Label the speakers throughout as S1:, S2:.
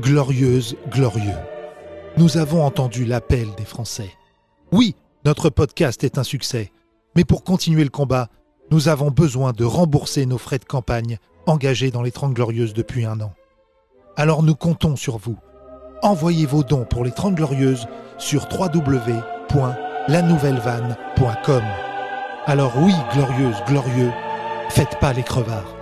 S1: Glorieuse, glorieux. Nous avons entendu l'appel des Français. Oui, notre podcast est un succès. Mais pour continuer le combat, nous avons besoin de rembourser nos frais de campagne engagés dans les 30 Glorieuses depuis un an. Alors nous comptons sur vous. Envoyez vos dons pour les 30 Glorieuses sur www.lanouvellevanne.com. Alors oui, glorieuse, glorieux, faites pas les crevards.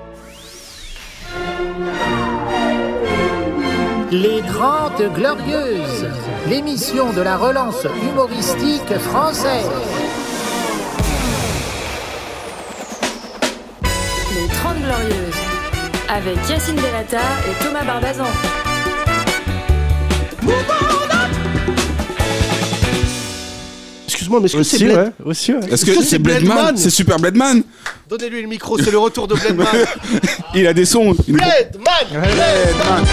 S2: Les Grandes Glorieuses, l'émission de la relance humoristique française.
S3: Les 30 Glorieuses, avec Yacine Delata et Thomas Barbazan.
S4: Excuse-moi, mais est-ce que c'est
S5: Aussi,
S4: Blade
S5: ouais. Aussi, ouais.
S6: Est-ce
S4: Est-ce
S6: que,
S4: que c'est
S6: c'est Bledman
S4: Bledman
S6: C'est Super Bledman
S4: Donnez-lui le micro, c'est le retour de Bledman.
S6: Il a des sons. Il-
S4: Bledman
S6: Bledman.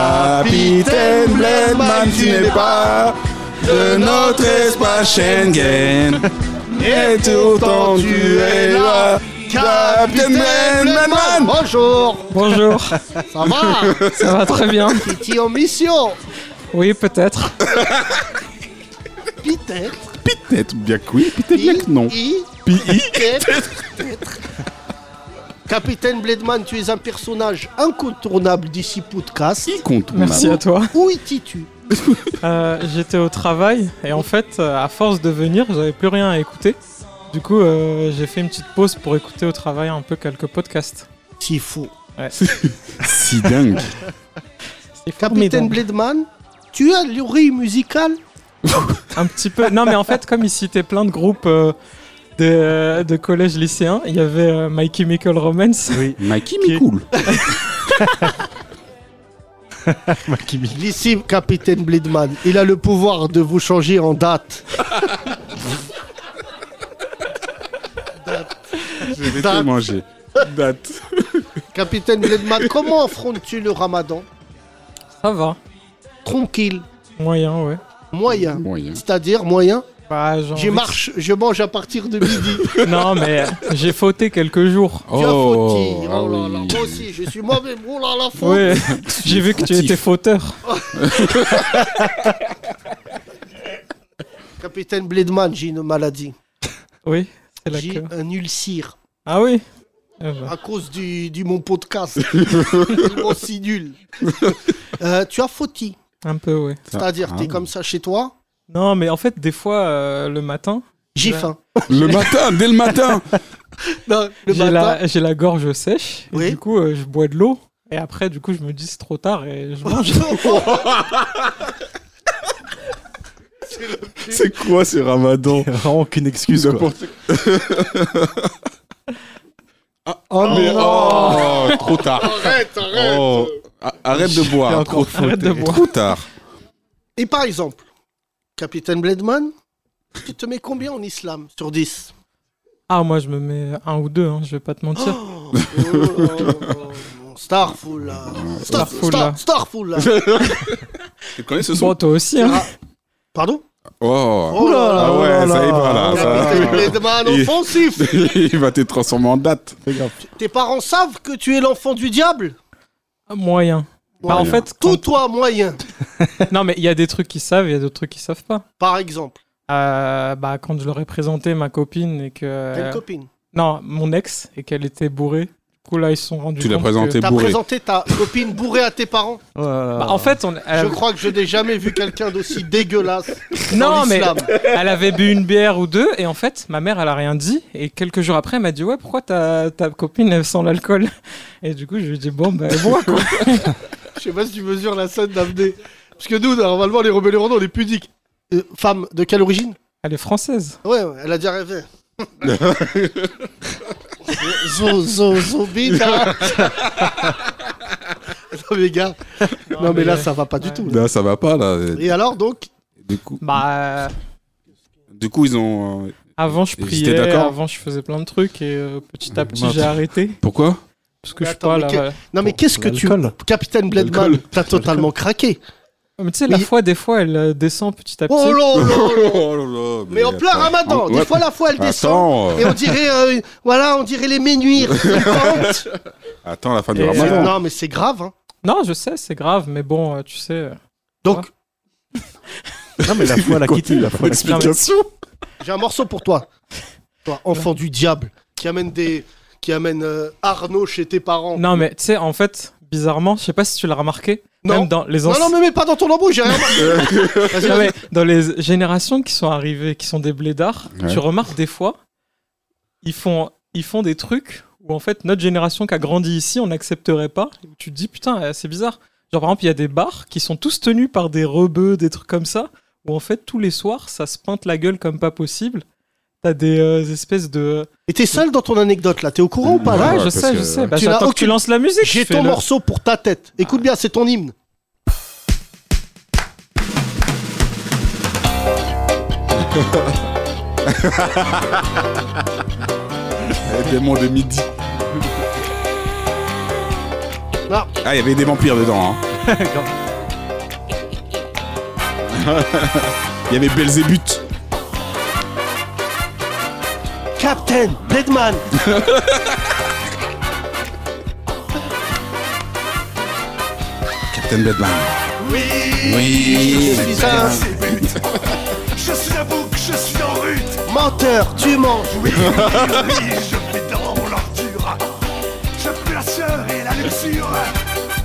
S6: Capitaine Bledman, tu n'es pas de notre espace Schengen. Et pourtant tu es là. Capitaine Oh. Bledman.
S4: Bonjour
S7: Bonjour,
S4: Ça va
S7: ça va très bien.
S4: T'es en mission
S7: Oui, peut-être.
S4: Peut-être
S6: Peut-être bien que oui, peut-être bien que non.
S4: I- E
S6: Pi-
S4: Peut-être Peut-être. Capitaine Bledman, tu es un personnage incontournable d'ici podcast.
S6: Qui compte
S7: Merci à toi.
S4: Où es-tu
S7: Euh, J'étais au travail et en fait, euh, à force de venir, j'avais plus rien à écouter. Du coup, euh, j'ai fait une petite pause pour écouter au travail un peu quelques podcasts.
S4: C'est fou.
S6: Si dingue.
S7: C'est
S4: Capitaine
S7: formidable.
S4: Bledman, tu as l'oreille musicale
S7: Un petit peu. Non, mais en fait, comme il citait plein de groupes euh, de, de collèges lycéens, il y avait euh, My Chemical Romance.
S6: Mikey mais cool.
S4: Ici, Capitaine Bledman, il a le pouvoir de vous changer en date.
S6: Je vais
S4: Date.
S6: te manger. Date.
S4: Capitaine Bledman, comment affrontes-tu le ramadan
S7: Ça va.
S4: Tranquille,
S7: Moyen, ouais.
S4: moyen.
S6: Moyen.
S4: C'est-à-dire moyen
S7: Bah, j'ai
S4: Je
S7: envie de-
S4: marche, je mange à partir de midi.
S7: Non, mais euh, j'ai fauté quelques jours.
S4: Tu as fauti.
S6: ah
S4: Oh là là,
S6: oui.
S4: moi aussi, je suis mauvais. Oh là là, faute.
S7: Ouais. J'ai vu que tu
S6: Fautif.
S7: étais fauteur.
S4: Capitaine Bledman, j'ai une maladie.
S7: Oui, c'est la
S4: J'ai
S7: queue.
S4: un ulcire
S7: Ah oui Ah bah.
S4: à cause du, du mon podcast. Tellement si nul. Euh, tu as fauti.
S7: Un peu, oui.
S4: C'est-à-dire, t'es comme ça chez toi.
S7: Non, mais en fait, des fois, euh, le matin,
S4: J'ai
S7: Ouais.
S4: faim.
S6: Le matin, dès le matin.
S4: Non, le
S7: j'ai
S4: matin.
S7: la, j'ai la gorge sèche. et
S4: Oui.
S7: du coup, euh, je bois de l'eau. Et après, du coup, je me dis c'est trop tard et je mange.
S6: C'est quoi ce ramadan
S5: Il y a Vraiment qu'une excuse. quoi.
S6: N'importe Ah, oh, mais oh, trop tard.
S4: Arrête, arrête.
S6: Oh, a- arrête de boire. Trop,
S7: Arrête de boire.
S6: trop tard.
S4: Et par exemple, Capitaine Bledman, tu te mets combien en islam sur 10
S7: Ah, moi, je me mets un ou deux, hein, je vais pas te mentir.
S4: Oh, oh, Starful là. Star-
S7: Starful,
S4: Star-
S7: là.
S4: Starful là.
S6: Tu connais ce
S7: bon,
S6: son
S7: toi aussi, hein.
S4: Ah, Pardon
S6: Oh.
S4: Oh là
S6: Ah ouais, ça y va là.
S4: Capitaine
S6: ça
S4: Bledman
S6: Il-
S4: offensif
S6: va. Il va te transformer en date.
S4: Tes parents savent que tu es l'enfant du diable
S7: Moyen. Bah, en
S6: Moyen.
S7: fait,
S4: Ah. Tout
S7: quand-
S4: toi moyen,
S7: non, mais il y a des trucs qui savent et il y a d'autres trucs qui savent pas.
S4: par exemple.
S7: Euh, bah, quand je leur ai présenté ma copine et que.
S4: T'as une copine.
S7: non, mon ex et qu'elle était bourrée. Du coup, là, ils se sont rendus
S6: Tu l'as
S7: compte.
S6: présenté
S7: que-
S4: T'as
S6: bourré.
S4: présenté ta copine bourrée à tes parents.
S7: Bah, en fait, on,
S4: Je
S7: elle-
S4: crois que je n'ai jamais vu quelqu'un d'aussi dégueulasse.
S7: Non,
S4: dans
S7: mais
S4: l'islam.
S7: elle avait bu une bière ou deux, et en fait, ma mère, elle a rien dit. Et quelques jours après, elle m'a dit Ouais, pourquoi ta, ta copine, elle sent l'alcool Et du coup, je lui ai dit Bon, bah, elle boit, quoi.
S4: Je sais pas si tu mesures la scène d'amener. Parce que nous, normalement, les rebelles rwandais, on est pudiques. Euh, femme de quelle origine
S7: Elle est française.
S4: ouais, ouais, elle a déjà rêvé. zo, zo, zo, bida. non, mais gars. Non, mais là, ça va pas du
S7: ouais.
S4: tout. là.
S6: Là, ça va pas là.
S4: Et alors, donc,
S6: Du coup,
S7: Bah, euh,
S6: du coup ils ont. euh,
S7: avant, je
S6: Et j'étais
S7: priais,
S6: d'accord.
S7: avant, je faisais plein de trucs, et euh, petit à petit,
S5: Mince.
S7: j'ai arrêté.
S6: Pourquoi
S7: Parce que
S4: Mais
S7: je suis
S4: attends,
S7: pas
S4: mais
S7: là.
S4: que- non, mais
S5: Pour
S4: qu'est-ce que tu.
S5: l'alcool.
S4: Capitaine Bledman,
S6: L'alcool.
S4: t'as totalement craqué.
S7: Mais tu sais,
S4: Mais
S7: la
S4: il-
S7: foi, des fois, elle euh, descend petit à petit.
S4: Oh là là
S6: Oh là là,
S4: Mais en plein
S6: attends.
S4: ramadan,
S6: Ouais,
S4: des fois la foi elle descend.
S6: Attends,
S4: Et
S6: euh,
S4: on dirait, euh, voilà, on dirait les ménuires. qui cantent.
S6: attends la fin du
S7: Et,
S4: C'est-
S6: ramadan.
S4: Non, mais c'est grave. Hein.
S7: Non, je sais, c'est grave, mais bon, euh, tu sais. euh,
S4: Donc,
S5: Non, mais la foi, la kitty, la foi. la kitty.
S6: Explication
S4: j'ai un morceau pour toi. Toi, enfant du diable, qui amène des, qui amène euh, Arnaud chez tes parents.
S7: Non, mais tu sais, en fait, bizarrement, je sais pas si tu l'as remarqué,
S4: Non.
S7: même dans les
S4: non,
S7: anciens.
S4: non, mais, mets pas dans ton embrouille, j'ai rien. remarqué. Vas-y,
S7: Non,
S4: vas-y.
S7: mais dans les générations qui sont arrivées, qui sont des blédards,
S6: Ouais.
S7: tu remarques des fois, ils font, ils font des trucs où en fait notre génération qui a grandi ici, on n'accepterait pas. Et où tu te dis putain, euh, c'est bizarre. Genre par exemple, il y a des bars qui sont tous tenus par des rebeux, des trucs comme ça, où en fait tous les soirs ça se peinte la gueule comme pas possible. T'as des euh, espèces de.
S4: Et t'es seul dans ton anecdote là, t'es au courant ou pas là
S6: Ouais,
S7: ouais, je
S6: parce
S7: sais,
S6: que-
S7: je sais. Bah,
S4: Tu n'as
S7: j'attends que tu
S4: aucune-
S7: lances la musique.
S4: J'ai
S7: je fais
S4: ton
S7: le-
S4: morceau pour ta tête. Écoute bien, c'est ton hymne.
S6: Eh, Démon de midi.
S4: Non.
S6: Ah, il y avait des vampires dedans. Hein. Il y avait Belzébuth.
S4: Captain Deadman.
S6: Captain Batman. Oui.
S4: Je suis un.
S8: Je suis un bouc, je suis en rut
S4: Menteur, tu mens.
S8: Oui, oui, oui, je suis dans mon ordure Je suis la sueur et la luxure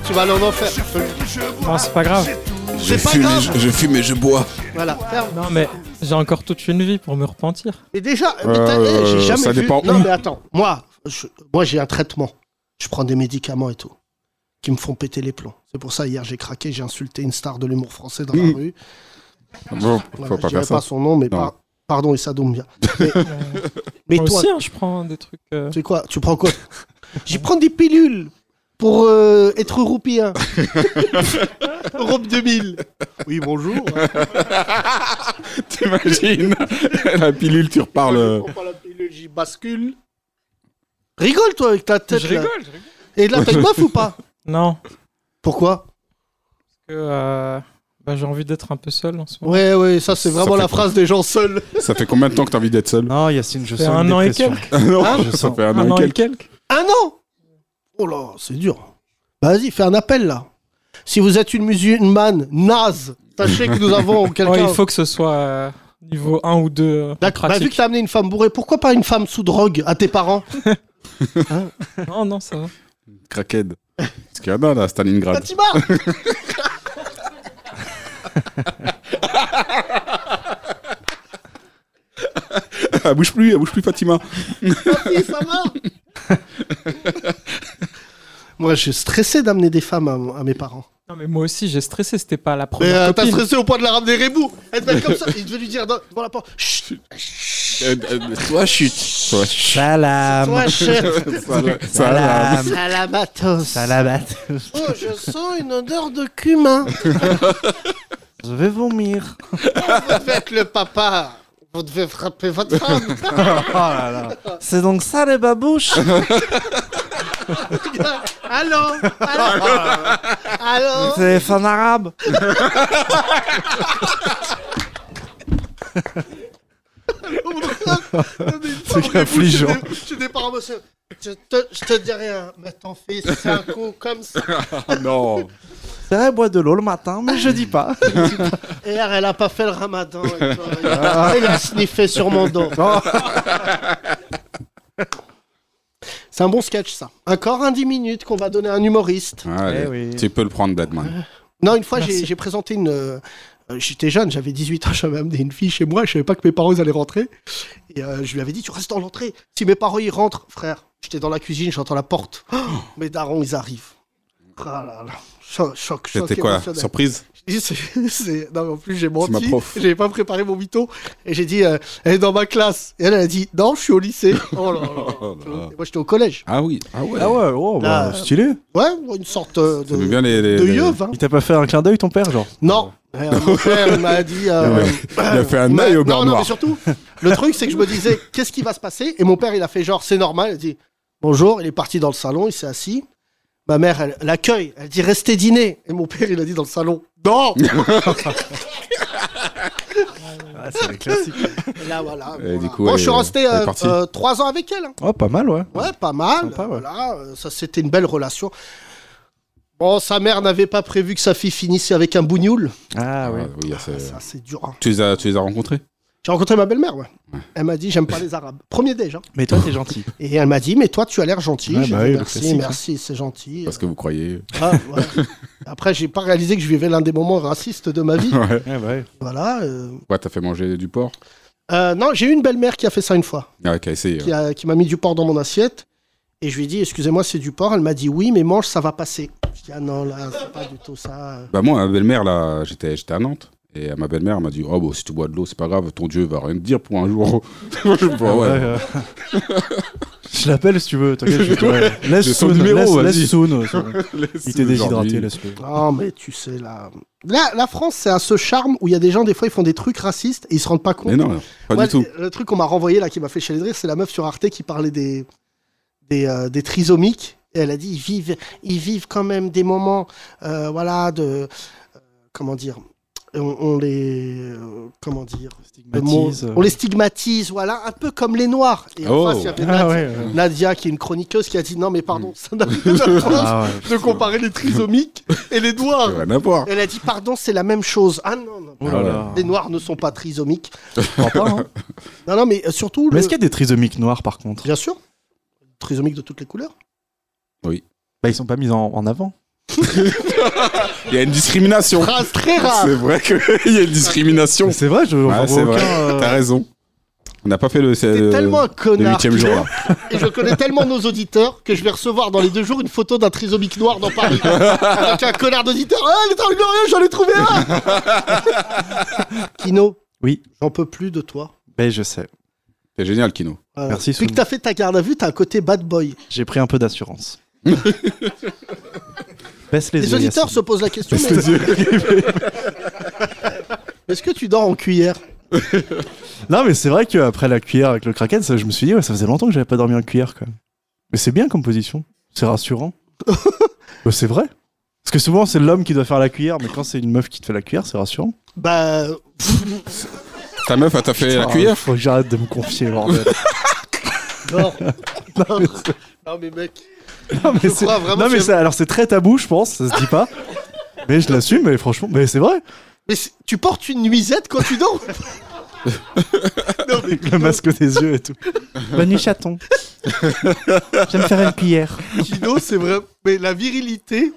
S4: Tu vas aller en enfer.
S8: Je fume, je
S7: Non,
S8: bois,
S7: c'est pas grave.
S8: j'ai tout
S6: Je
S4: C'est pas
S6: fume, et
S4: grave.
S6: je, je fume et je bois.
S4: Voilà, ferme.
S7: Non mais j'ai encore toute une vie pour me repentir.
S4: Et déjà, mais
S6: Euh,
S4: t'as- eh, j'ai jamais
S6: ça
S4: vu.
S6: dépend où.
S4: Non, mais attends, moi, je- moi j'ai un traitement. Je prends des médicaments et tout qui me font péter les plombs. C'est pour ça hier j'ai craqué, j'ai insulté une star de l'humour français dans la
S6: Mm.
S4: rue.
S6: Bon,
S4: Voilà,
S6: faut
S4: je
S6: pas
S4: dirai
S6: faire
S4: pas
S6: ça.
S4: son nom, mais
S6: Non.
S4: par- pardon et ça donne bien. Mais, mais
S7: Moi
S4: toi,
S7: aussi, hein, je prends des trucs. euh,
S4: tu sais quoi Tu prends quoi J'y prends des pilules pour euh, être européen. Europe 2000. Oui bonjour.
S6: T'imagines La pilule, tu repars le.
S4: prends pas la pilule, j'y bascule. Rigole toi avec ta tête
S7: Je
S4: là.
S7: rigole. je rigole.
S4: Et là t'as une meuf ou pas
S7: Non.
S4: Pourquoi
S7: que euh, bah, j'ai envie d'être un peu seul en ce moment.
S4: Ouais, ouais, ça c'est
S6: Ça
S4: vraiment
S6: fait
S4: la
S6: quoi
S4: phrase des gens seuls.
S6: Ça fait combien de temps que t'as envie d'être seul
S5: Non, Yacine, je
S7: Fait
S5: sens
S7: un
S5: une
S7: an et
S5: dépression.
S6: Non,
S5: Ah, je
S6: ça
S5: sens.
S6: fait un an et quelques.
S4: Un an Oh là, c'est dur. Bah, Vas-y, fais un appel là. Si vous êtes une musulmane naze, sachez que nous avons quelqu'un.
S7: Ouais, il faut que ce soit euh, niveau 1 ou 2 euh, en
S4: D'accord. Bah, vu
S7: pratique.
S4: que t'as amené une femme bourrée, pourquoi pas une femme sous drogue à tes parents
S7: Non, non, ça va.
S6: Crackhead. Parce qu'il y en a là,
S7: Ah.
S6: Stalingrad.
S4: Fatima
S6: Elle bouge plus, elle bouge plus, Fatima.
S4: Papi, ça va Moi, je suis stressé d'amener des femmes à, à mes parents.
S7: Non, mais moi aussi, j'ai stressé, c'était pas la
S4: Mais
S7: première
S4: euh, t'as
S7: copine.
S4: stressé au point de la ramener Rébou Elle devait être comme ça, il devait lui dire dans, devant la porte Chut,
S6: Euh, euh, Toi, chute. Toi, chute.
S7: Ah,
S5: Salam.
S4: toi, chef
S6: Salam.
S5: Salam.
S4: Salamatos
S5: Salam.
S4: Oh, je sens une odeur de cumin.
S5: Je vais vomir.
S4: Vous devez être le papa. Vous devez frapper votre femme.
S5: Oh là là. C'est donc ça les babouches
S4: Allô Allô Allô
S5: Téléphone arabe
S4: C'est
S5: affligeant.
S4: Je suis des parents monsieur. Je te, je te dis rien, mais ton fils, c'est un coup comme ça.
S6: Ah, Non.
S5: C'est vrai, boit de l'eau le matin, mais je dis pas.
S4: Hier, elle a pas fait le ramadan. et toi, Il a, il a sniffé sur mon dos. C'est un bon sketch, ça. Encore un 10 minutes qu'on va donner à un humoriste.
S6: Allez,
S5: Eh oui.
S6: Tu peux le prendre, Batman.
S4: Non, une fois, j'ai j'ai présenté une. euh, euh, J'étais jeune, j'avais 18 ans, j'avais amené une fille chez moi, je savais pas que mes parents ils allaient rentrer. Et euh, je lui avais dit, tu restes dans l'entrée. Si mes parents ils rentrent, frère, j'étais dans la cuisine, j'entends la porte. Oh, mes darons, ils arrivent. Ah là là. Cho- choc, choc.
S6: C'était quoi
S4: émotionnel.
S6: Surprise
S4: Je dis, c'est- c'est- Non, mais en plus, j'ai
S6: ma
S4: menti.
S6: prof.
S4: J'avais pas préparé mon mytho. Et j'ai dit, euh, elle est dans ma classe. Et elle, elle a dit, non, je suis au lycée. Oh là là.
S6: Oh là là.
S4: Et moi, j'étais au collège.
S6: Ah oui. Ah ouais.
S5: Ah ouais, wow, bah,
S4: Là,
S5: stylé.
S4: Ouais, une sorte euh, de.
S6: Ça met bien les. les-
S4: de
S6: les-
S4: yeuve, hein.
S5: Il t'a pas fait un clin d'œil ton père, genre
S4: Non. Euh, mon père il m'a dit. euh,
S6: Ouais. Il a fait un œil au beurre
S4: Non, non, mais
S6: noir.
S4: surtout, le truc, c'est que je me disais, qu'est-ce qui va se passer Et mon père, il a fait genre, c'est normal. Il a dit, bonjour. Il est parti dans le salon, il s'est assis. Ma mère, elle l'accueille, elle dit restez dîner. Et mon père, il a dit dans le salon Non
S5: Ah, c'est les classiques.
S4: Et là, voilà.
S6: Et du
S4: voilà.
S6: coup,
S4: Bon,
S6: elle
S4: je suis
S6: est-
S4: resté
S6: elle est
S4: euh,
S6: partie.
S4: euh, trois ans avec elle. hein.
S5: Oh, pas mal, ouais.
S4: Ouais, pas mal.
S5: Sympa, ouais.
S4: Voilà, euh, ça c'était une belle relation. Bon, sa mère n'avait pas prévu que sa fille finisse avec un bougnoule.
S5: Ah, oui.
S6: oui, c'est-
S4: Ça, c'est dur. hein.
S6: Tu les as, tu les as rencontrés
S4: J'ai rencontré ma belle-mère, ouais. Elle m'a dit, j'aime pas les Arabes. Premier déj. hein.
S5: Mais toi, t'es gentil.
S4: Et elle m'a dit, mais toi, tu as l'air gentil.
S5: Ouais,
S4: J'ai
S5: bah
S4: dit,
S5: oui, le
S4: merci,
S5: classique,
S4: merci, c'est gentil.
S6: Parce que vous croyez.
S4: Ah, ouais. Après, j'ai pas réalisé que je vivais l'un des moments racistes de ma vie.
S6: Ouais.
S5: Ouais, ouais.
S4: voilà. euh.
S6: Ouais, t'as fait manger du porc
S4: Euh, non, j'ai eu une belle-mère qui a fait ça une fois,
S6: Ah, ok, essayé.
S4: qui a- qui m'a mis du porc dans mon assiette. Et je lui ai dit, excusez-moi, c'est du porc. Elle m'a dit, oui, mais mange, ça va passer. Je dis, ah non, là, c'est pas du tout ça.
S6: Bah, moi, ma belle-mère, là, j'étais j'étais à Nantes. Et ma belle-mère m'a dit Oh, bon, si tu bois de l'eau, c'est pas grave, ton Dieu va rien te dire pour un jour. Je vois, ouais.
S5: euh, je l'appelle si tu veux, t'inquiète. je- ouais. Laisse
S6: J'ai son
S5: Soun,
S6: numéro,
S5: laisse-
S6: vas-y.
S5: laisse Soun, euh, Soun.
S6: Laisse-le
S5: Il t'est
S6: aujourd'hui.
S5: déshydraté, laisse-le.
S4: Non, mais tu sais, là. Là, la France, c'est à ce charme où il y a des gens, des fois, ils font des trucs racistes et ils se rendent pas compte.
S6: Mais non, pas
S4: Moi,
S6: du tout.
S4: Le truc qu'on m'a renvoyé, là, qui m'a fait chialer de rire, c'est la meuf sur Arte qui parlait des, des, euh, des trisomiques. Et elle a dit, ils vivent, ils vivent quand même des moments, euh, voilà, de. euh, comment dire on, on les. euh, comment dire Le mot-
S5: Stigmatise.
S4: On les stigmatise, voilà, un peu comme les Noirs. Et
S6: Oh.
S4: en face, il y avait
S5: Ah
S4: Nadia,
S5: ouais. euh.
S4: Nadia, qui est une chroniqueuse, qui a dit, non, mais pardon,
S6: Mm.
S4: ça n'a rien à voir
S5: Ah ouais.
S4: de comparer les trisomiques et les noirs.
S6: Rien à voir.
S4: Elle a dit pardon, c'est la même chose. Ah non, non.
S5: Oh là là.
S4: Les noirs ne sont pas trisomiques.
S5: Je crois pas, hein.
S4: Non, non, mais euh, surtout.
S5: Mais
S4: Le...
S5: est-ce qu'il y a des trisomiques noirs par contre
S4: Bien sûr. Trisomiques de toutes les couleurs.
S5: Bah, ils sont pas mis en, en avant.
S6: Il y a une discrimination.
S4: Phrase très rare.
S6: C'est vrai qu'il y a une discrimination.
S5: Mais C'est vrai, je.
S6: Ouais,
S5: j'en vois
S6: c'est vrai.
S5: aucun, euh,
S6: T'as raison. On n'a pas fait le. c'est
S4: T'es
S6: euh, le-
S4: tellement un
S6: le
S4: connard.
S6: huitième jour là.
S4: Et je connais tellement nos auditeurs que je vais recevoir dans les deux jours une photo d'un trisomique noir dans Paris. avec un connard d'auditeur. Ah, les temps glorieux, j'en ai trouvé un Kino.
S5: Oui.
S4: J'en peux plus de toi.
S5: Ben, je sais.
S6: C'est génial, Kino.
S4: Euh,
S5: Merci,
S4: Depuis que
S5: Soum.
S4: t'as fait ta garde à vue, t'as un côté bad boy.
S5: J'ai pris un peu d'assurance. Baisse les,
S4: Les
S5: yeux,
S4: auditeurs se
S5: Yacine.
S4: posent la question. mais- Est-ce que tu dors en cuillère
S5: Non, mais c'est vrai qu'après la cuillère avec le kraken, ça, je me suis dit, ouais, ça faisait longtemps que j'avais pas dormi en cuillère, quand même. Mais c'est bien comme position. C'est rassurant. Bah, c'est vrai. Parce que souvent, c'est l'homme qui doit faire la cuillère, mais quand c'est une meuf qui te fait la cuillère, c'est rassurant.
S4: Bah,
S6: Ta meuf, elle t'a fait la
S5: Ah,
S6: cuillère
S5: Faut que j'arrête de me confier, bordel.
S4: dors. non, Non, mais mec.
S5: non, mais, c'est-
S4: crois vraiment
S5: non, mais
S4: que-
S5: ça- alors c'est très tabou, je pense, ça se dit pas. mais je l'assume, mais franchement, mais c'est vrai.
S4: Mais c'est- tu portes une nuisette quand tu dors
S5: Le masque des yeux et tout. Bonne nuit, chaton. J'aime faire une cuillère.
S4: Kino, c'est vrai. Mais la virilité.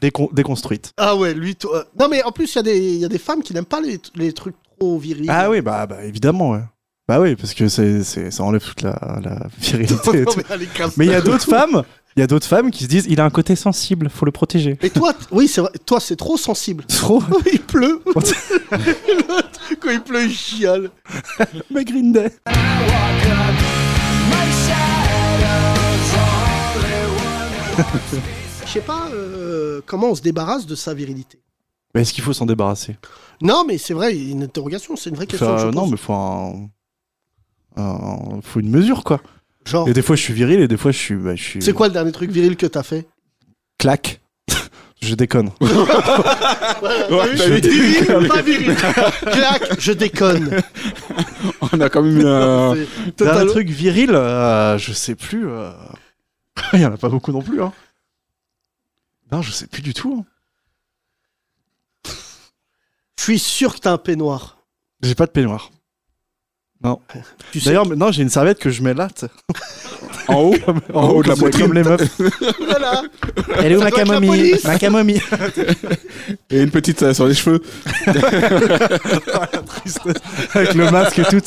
S5: Décon- déconstruite.
S4: Ah ouais, lui, toi. Non, mais en plus, il y, a des- il y a des femmes qui n'aiment pas les, les trucs trop virils.
S5: Ah oui, bah, bah évidemment, ouais. Bah oui, parce que c'est, c'est- ça enlève toute la, la virilité et
S4: Non,
S5: tout.
S4: mais allez, casse-
S5: Mais il y a d'autres femmes, il y a d'autres femmes qui se disent, il a un côté sensible, faut le protéger.
S4: Mais toi, t- oui, c'est vrai. Toi, c'est trop sensible. Oh,
S5: Trop
S4: il pleut. L'autre, Quand il pleut, il chiale.
S5: ma Green Day.
S4: Je sais pas euh, comment on se débarrasse de sa virilité.
S5: Mais est-ce qu'il faut s'en débarrasser
S4: Non, mais c'est vrai, il y a une interrogation, c'est une vraie question.
S5: Enfin,
S4: je
S5: Non,
S4: pense.
S5: mais faut un, un- faut une mesure quoi.
S4: Genre,
S5: Et des fois je suis viril et des fois je suis, bah, je suis.
S4: c'est quoi le dernier truc viril que t'as fait
S5: Clac. je déconne.
S6: Ouais, t'as
S4: Je
S6: vu
S4: déconne. Pas viril. Clac, je déconne.
S6: On a quand même eu un.
S4: C'est
S5: Ah. Dernier
S4: total-
S5: truc viril, euh, je sais plus. euh, Il y en a pas beaucoup non plus. Hein. Non, je sais plus du tout. hein.
S4: Je suis sûr que t'as un peignoir.
S5: J'ai pas de peignoir.
S4: Tu sais-
S5: D'ailleurs, maintenant j'ai une serviette que je mets là. t'sais.
S6: En haut
S4: Oh,
S5: En
S6: haut de la
S5: comme- comme les meufs.
S4: Voilà.
S5: Elle est où
S4: Ça ma doit être la camomille police.
S5: Ma camomille.
S6: Et une petite euh, sur les cheveux.
S5: Ah, Avec le masque et tout.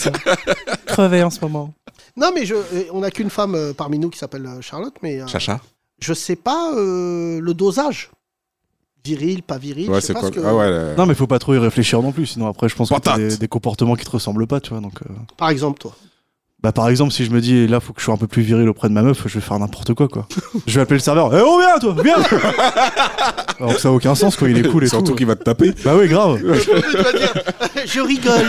S5: Crevé en ce moment.
S4: Non, mais je, euh, on n'a qu'une femme euh, parmi nous qui s'appelle euh, Charlotte, mais euh,
S6: Chacha.
S4: je sais pas euh, le dosage. Viril, pas viril.
S6: Ouais,
S4: je
S6: c'est
S4: sais pas
S6: quoi
S4: ce que-
S6: Ah ouais. là.
S5: Non, mais faut pas trop y réfléchir non plus, sinon après je pense que t'as
S6: Patate.
S5: des, des comportements qui te ressemblent pas, tu vois. Donc, euh,
S4: Par exemple, toi.
S5: bah par exemple, si je me dis là faut que je sois un peu plus viril auprès de ma meuf, je vais faire n'importe quoi, quoi. je vais appeler le serveur. Eh oh viens toi, viens. Alors que ça a aucun sens, quoi. Il est cool et
S6: Surtout
S5: tout.
S6: qu'il va te taper.
S5: Bah oui, grave.
S4: je rigole.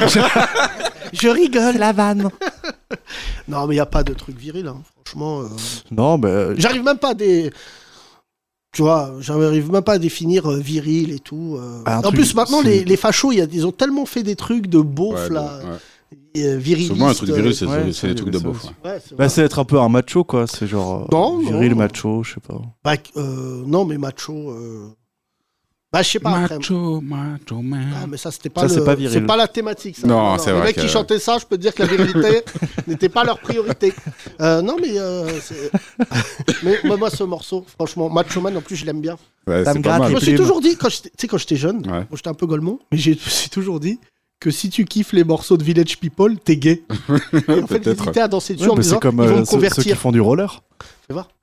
S4: je rigole. La vanne. non, mais il n'y a pas de truc viril, hein. franchement. euh,
S5: non, bah
S4: J'arrive même pas à des. Tu vois, j'arrive même pas à définir euh, viril et tout. euh.
S5: Ah, un
S4: en
S5: truc-
S4: plus, maintenant,
S5: c'est-
S4: les, les fachos, il y a- ils ont tellement fait des trucs de beauf,
S6: Ouais,
S4: là,
S6: ouais.
S4: euh, virilistes,
S6: Souvent, un truc de virus, c'est
S5: ouais,
S6: c'est
S5: ça, il y
S6: des
S5: a
S6: trucs
S5: des
S6: de beauf.
S5: sauces.
S4: euh,
S6: ouais.
S4: ouais, c'est
S5: Bah,
S4: vrai.
S5: c'est être un peu un macho, quoi. C'est genre. euh,
S4: Non,
S5: viril,
S4: non.
S5: macho, je sais pas.
S4: Bah, euh, non, mais macho. euh, Bah, je sais pas. après.
S6: Macho, macho
S4: Ah,
S6: man.
S4: mais ça, c'était pas,
S5: Ça,
S4: le-
S5: c'est pas viril.
S4: c'est pas la thématique. Ça.
S6: Non, c'est vrai
S4: Les mecs
S6: que-
S4: qui chantaient ça, je peux te dire que la virilité n'était pas leur priorité. Euh, non, mais, euh, c'est- mais moi, moi, ce morceau, franchement, Macho Man, en plus, je l'aime bien.
S6: Ouais,
S5: Ça
S6: c'est
S5: me
S6: pas
S5: gratte
S6: mal.
S4: Je me
S5: les
S4: suis
S5: plumes.
S4: toujours dit, quand j'étais- tu sais, quand j'étais jeune,
S6: Ouais.
S4: bon, j'étais un peu golemont, mais j'ai- je me suis toujours dit que si tu kiffes les morceaux de Village People, t'es gay. Et en fait,
S6: Peut-être.
S4: j'hésitais à danser dessus
S5: Ouais,
S4: en me
S5: bah,
S4: disant,
S5: c'est comme
S4: ils vont
S5: euh,
S4: me
S5: ceux, ceux qui
S4: convertir.
S5: font du roller.
S4: Fais voir.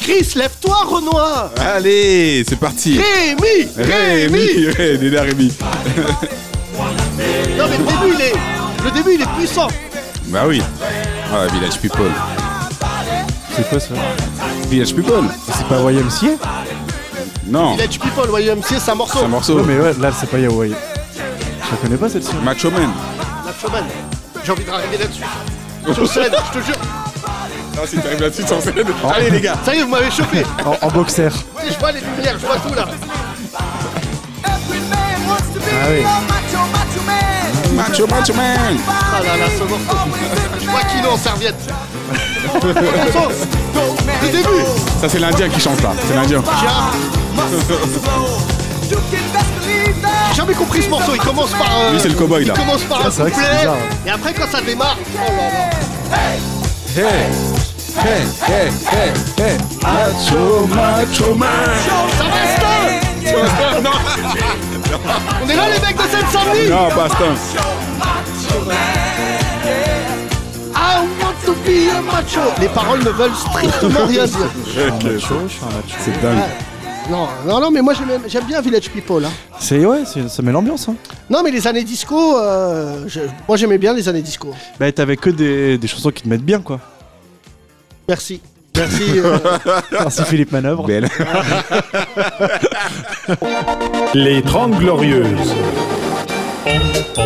S4: Chris, lève-toi, Renoir
S6: Allez, c'est parti.
S4: Rémi Rémi
S6: Rémi, Rémi, il est là, Rémi.
S4: Non, mais le début, il est... Le début, il est puissant
S6: Bah oui. Ah, Village People.
S5: C'est quoi ça
S6: Village People
S5: C'est pas YMCA
S6: Non,
S4: Village People, YMCA, c'est un morceau.
S6: c'est un morceau.
S5: Ouais, mais ouais, là, c'est pas Yahweh. Je la connais pas celle-ci.
S6: Macho Man.
S4: Macho Man. J'ai envie de rêver là-dessus. Sur scène, je te jure.
S6: Ah, si t'arrives là-dessus, t'en scène. Allez, les gars.
S4: Ça y est, vous m'avez chopé.
S5: En, en boxer.
S4: Tu sais, je vois les lumières, je vois tout là.
S5: Ah oui.
S6: Macho, Macho Man.
S4: Ah là là, ce morceau. Je vois Kilo en serviette. Bonsoir. Le début.
S6: Ça, c'est l'Indien qui chante là. C'est l'Indien.
S4: Gérard, J'ai jamais compris ce morceau. Il commence par. euh,
S6: Lui, c'est le cowboy, là.
S4: Il commence par un
S5: c'est vrai que c'est
S4: couplet.
S5: bizarre. hein.
S4: Et après, quand ça démarre. Oh là là.
S6: Hey, hey, hey, hey, hey. Macho, Macho Man.
S4: Ça reste.
S6: Non,
S4: On est là, les mecs de Seine-Saint-Denis.
S6: non, Bastin.
S4: I want to be a macho. Les paroles ne veulent strictement rien dire.
S5: Macho, je suis un macho.
S6: C'est dingue.
S4: Non, non, non, mais moi j'aime j'aime bien Village People. hein.
S5: C'est ouais, c'est- ça met l'ambiance. Hein.
S4: Non, mais les années disco, euh, je- moi j'aimais bien les années disco.
S5: Bah t'avais que des, des chansons qui te mettent bien quoi.
S4: Merci. Merci. euh,
S5: Merci Philippe Manœuvre.
S6: Belle.
S9: Les 30 Glorieuses.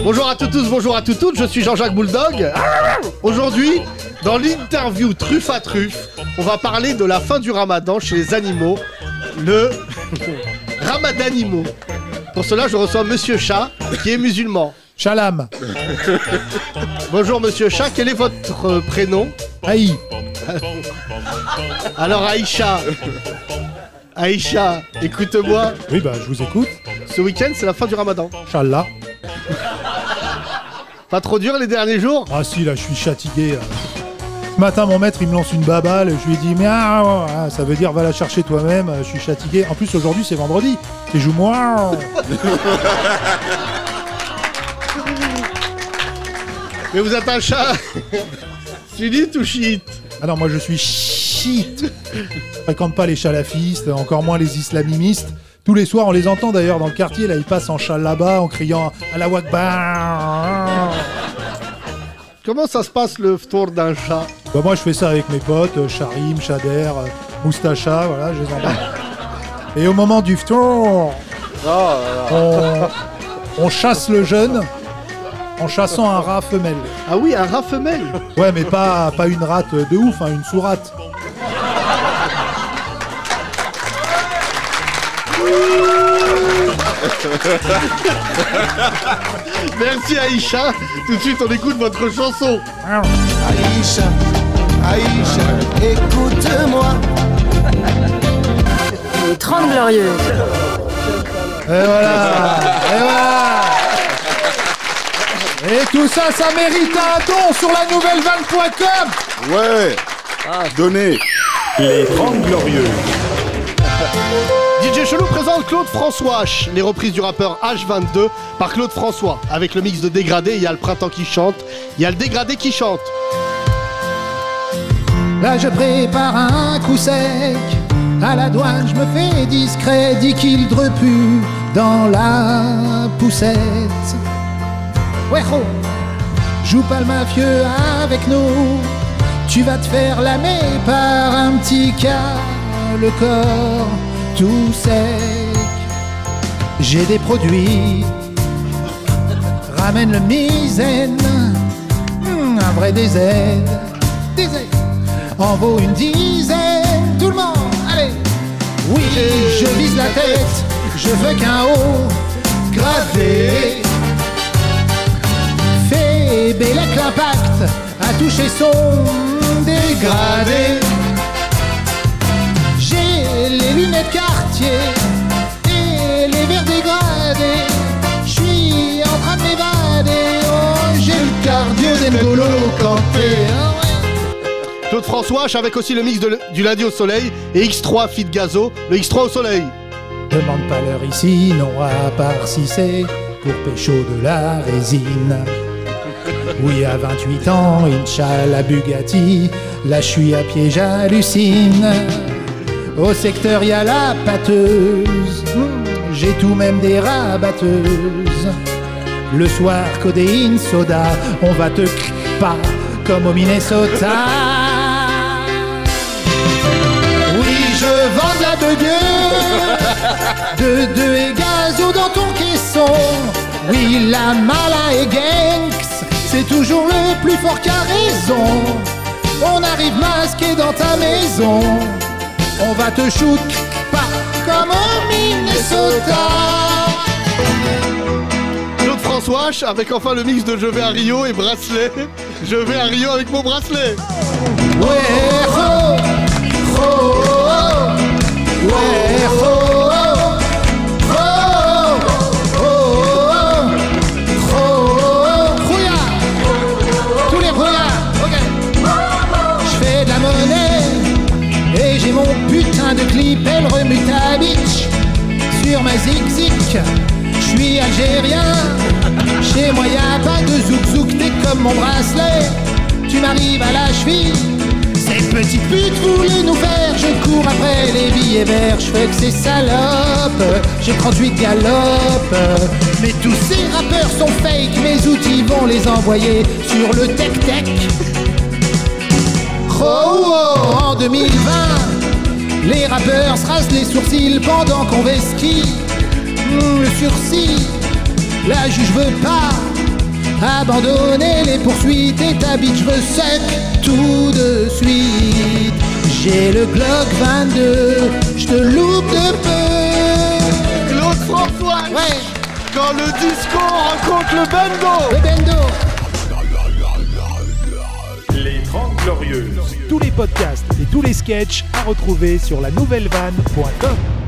S4: bonjour à tous, bonjour à toutes, toutes, je suis Jean-Jacques Bulldog. Aujourd'hui, dans l'interview truffe à truffe, on va parler de la fin du ramadan chez les animaux, le ramadanimo. Pour cela, je reçois Monsieur Chat, qui est musulman.
S1: Chalam,
S4: Bonjour Monsieur Chat, quel est votre euh, prénom
S1: Aïe,
S4: Alors Aïcha, Aïcha, écoute-moi,
S1: oui bah je vous écoute,
S4: ce week-end c'est la fin du ramadan.
S1: Challah.
S4: Pas trop dur les derniers jours
S1: Ah si là je suis fatigué. euh. Ce matin mon maître il me lance une babale, je lui ai dit mais ah, ah, ah, ça veut dire va la chercher toi-même, euh, je suis fatigué. En plus aujourd'hui c'est vendredi, c'est joue moi.
S4: Mais vous êtes un chat Sunite ou chiite
S1: Ah non moi je suis shit. Je fréquente pas les chalafistes, encore moins les islamimistes. Tous les soirs on les entend d'ailleurs dans le quartier, là ils passent en chal là-bas en criant à la wakbar.
S4: Comment ça se passe le tour d'un chat
S1: Bah moi je fais ça avec mes potes, euh, Charim, Chader, euh, Moustacha, voilà, je les embarque. Et au moment du tour, on, on chasse le jeune en chassant un rat femelle.
S4: Ah oui, un rat femelle
S1: Ouais mais pas, pas une rate de ouf, hein, une sourate.
S4: Merci Aïcha Tout de suite on écoute votre chanson
S10: Aïcha, Aïcha, écoute-moi.
S3: Les 30 Glorieuses.
S1: Et voilà Et voilà Et tout ça, ça mérite un don sur la nouvelle vanne.com
S6: Ouais. Donnez.
S9: Les 30 Glorieuses.
S4: DJ Chelou présente Claude François H, les reprises du rappeur H22 par Claude François. Avec le mix de dégradé, il y a le printemps qui chante, il y a le dégradé qui chante.
S2: Là je prépare un coup sec. À la douane, je me fais discret, dix qu'il pu dans la poussette. Ouais ho Joue pas le mafieux avec nous. Tu vas te faire lamer par un petit cas le corps tout sec. J'ai des produits. Ramène le misaine. Hum, Hmm, un vrai désert. Désert en vaut une dizaine. Tout le monde brise la tête, je veux qu'un haut gravé. Fait Bellec l'impact a touché son dégradé. J'ai les lunettes quartier et les verres dégradés. Je suis en train de m'évader. Oh, j'ai le cardio d'Engolo Kanté. Ah ouais.
S4: Claude François avec aussi le mix de- du lundi au soleil et X3 Fit Gazo, le X3 au soleil.
S2: Demande pas l'heure ici, non, à part si c'est pour pécho de la résine. Oui, à 28 ans, Inch'Allah Bugatti, là je suis à pied, j'hallucine. Au secteur, y a la pâteuse, Hmm, j'ai tout même des rabatteuses. Le soir, codéine, soda, on va te cr- pas comme au Minnesota. Oui, je vends de la beugueuse, de deux et gazo dans ton caisson. Oui, la mala et Genks, c'est toujours le plus fort qui a raison. On arrive masqué dans ta maison, on va te shoot pas comme au Minnesota.
S4: Claude François avec enfin le mix de Je vais à Rio et bracelet. Je vais à Rio avec mon bracelet.
S2: Ouais, ho, ho, ho. Ouais, ho, ho. Ho, ho, ho. Ho, ho, ho. Rouillard. Tous les rouillards, ok. Je fais de la monnaie et j'ai mon putain de clip, elle remue ta bitch sur ma zig-zig. Je suis algérien, chez moi y a pas de zouk-zouk, t'es comme mon bracelet. Tu m'arrives à la cheville, ces petites putes voulaient nous faire. Je cours après les billets verts, je fais que ces salopes. J'ai 38 galopes, mais tous ces rappeurs sont fake. Mes outils vont les envoyer sur le tech-tech. Oh, en 2020, les rappeurs se rasent les sourcils pendant qu'on vesquille. Hmm, le sursis, la juge veut pas abandonner les poursuites et ta bitch veut sec tout de suite. J'ai le Glock 22, je te loupe de peu.
S4: Claude François
S2: Ouais,
S4: Quand le disco rencontre le bando
S2: le bendo.
S9: Les 30 Glorieuses.
S1: Tous les podcasts et tous les sketchs à retrouver sur la nouvellevanne.com.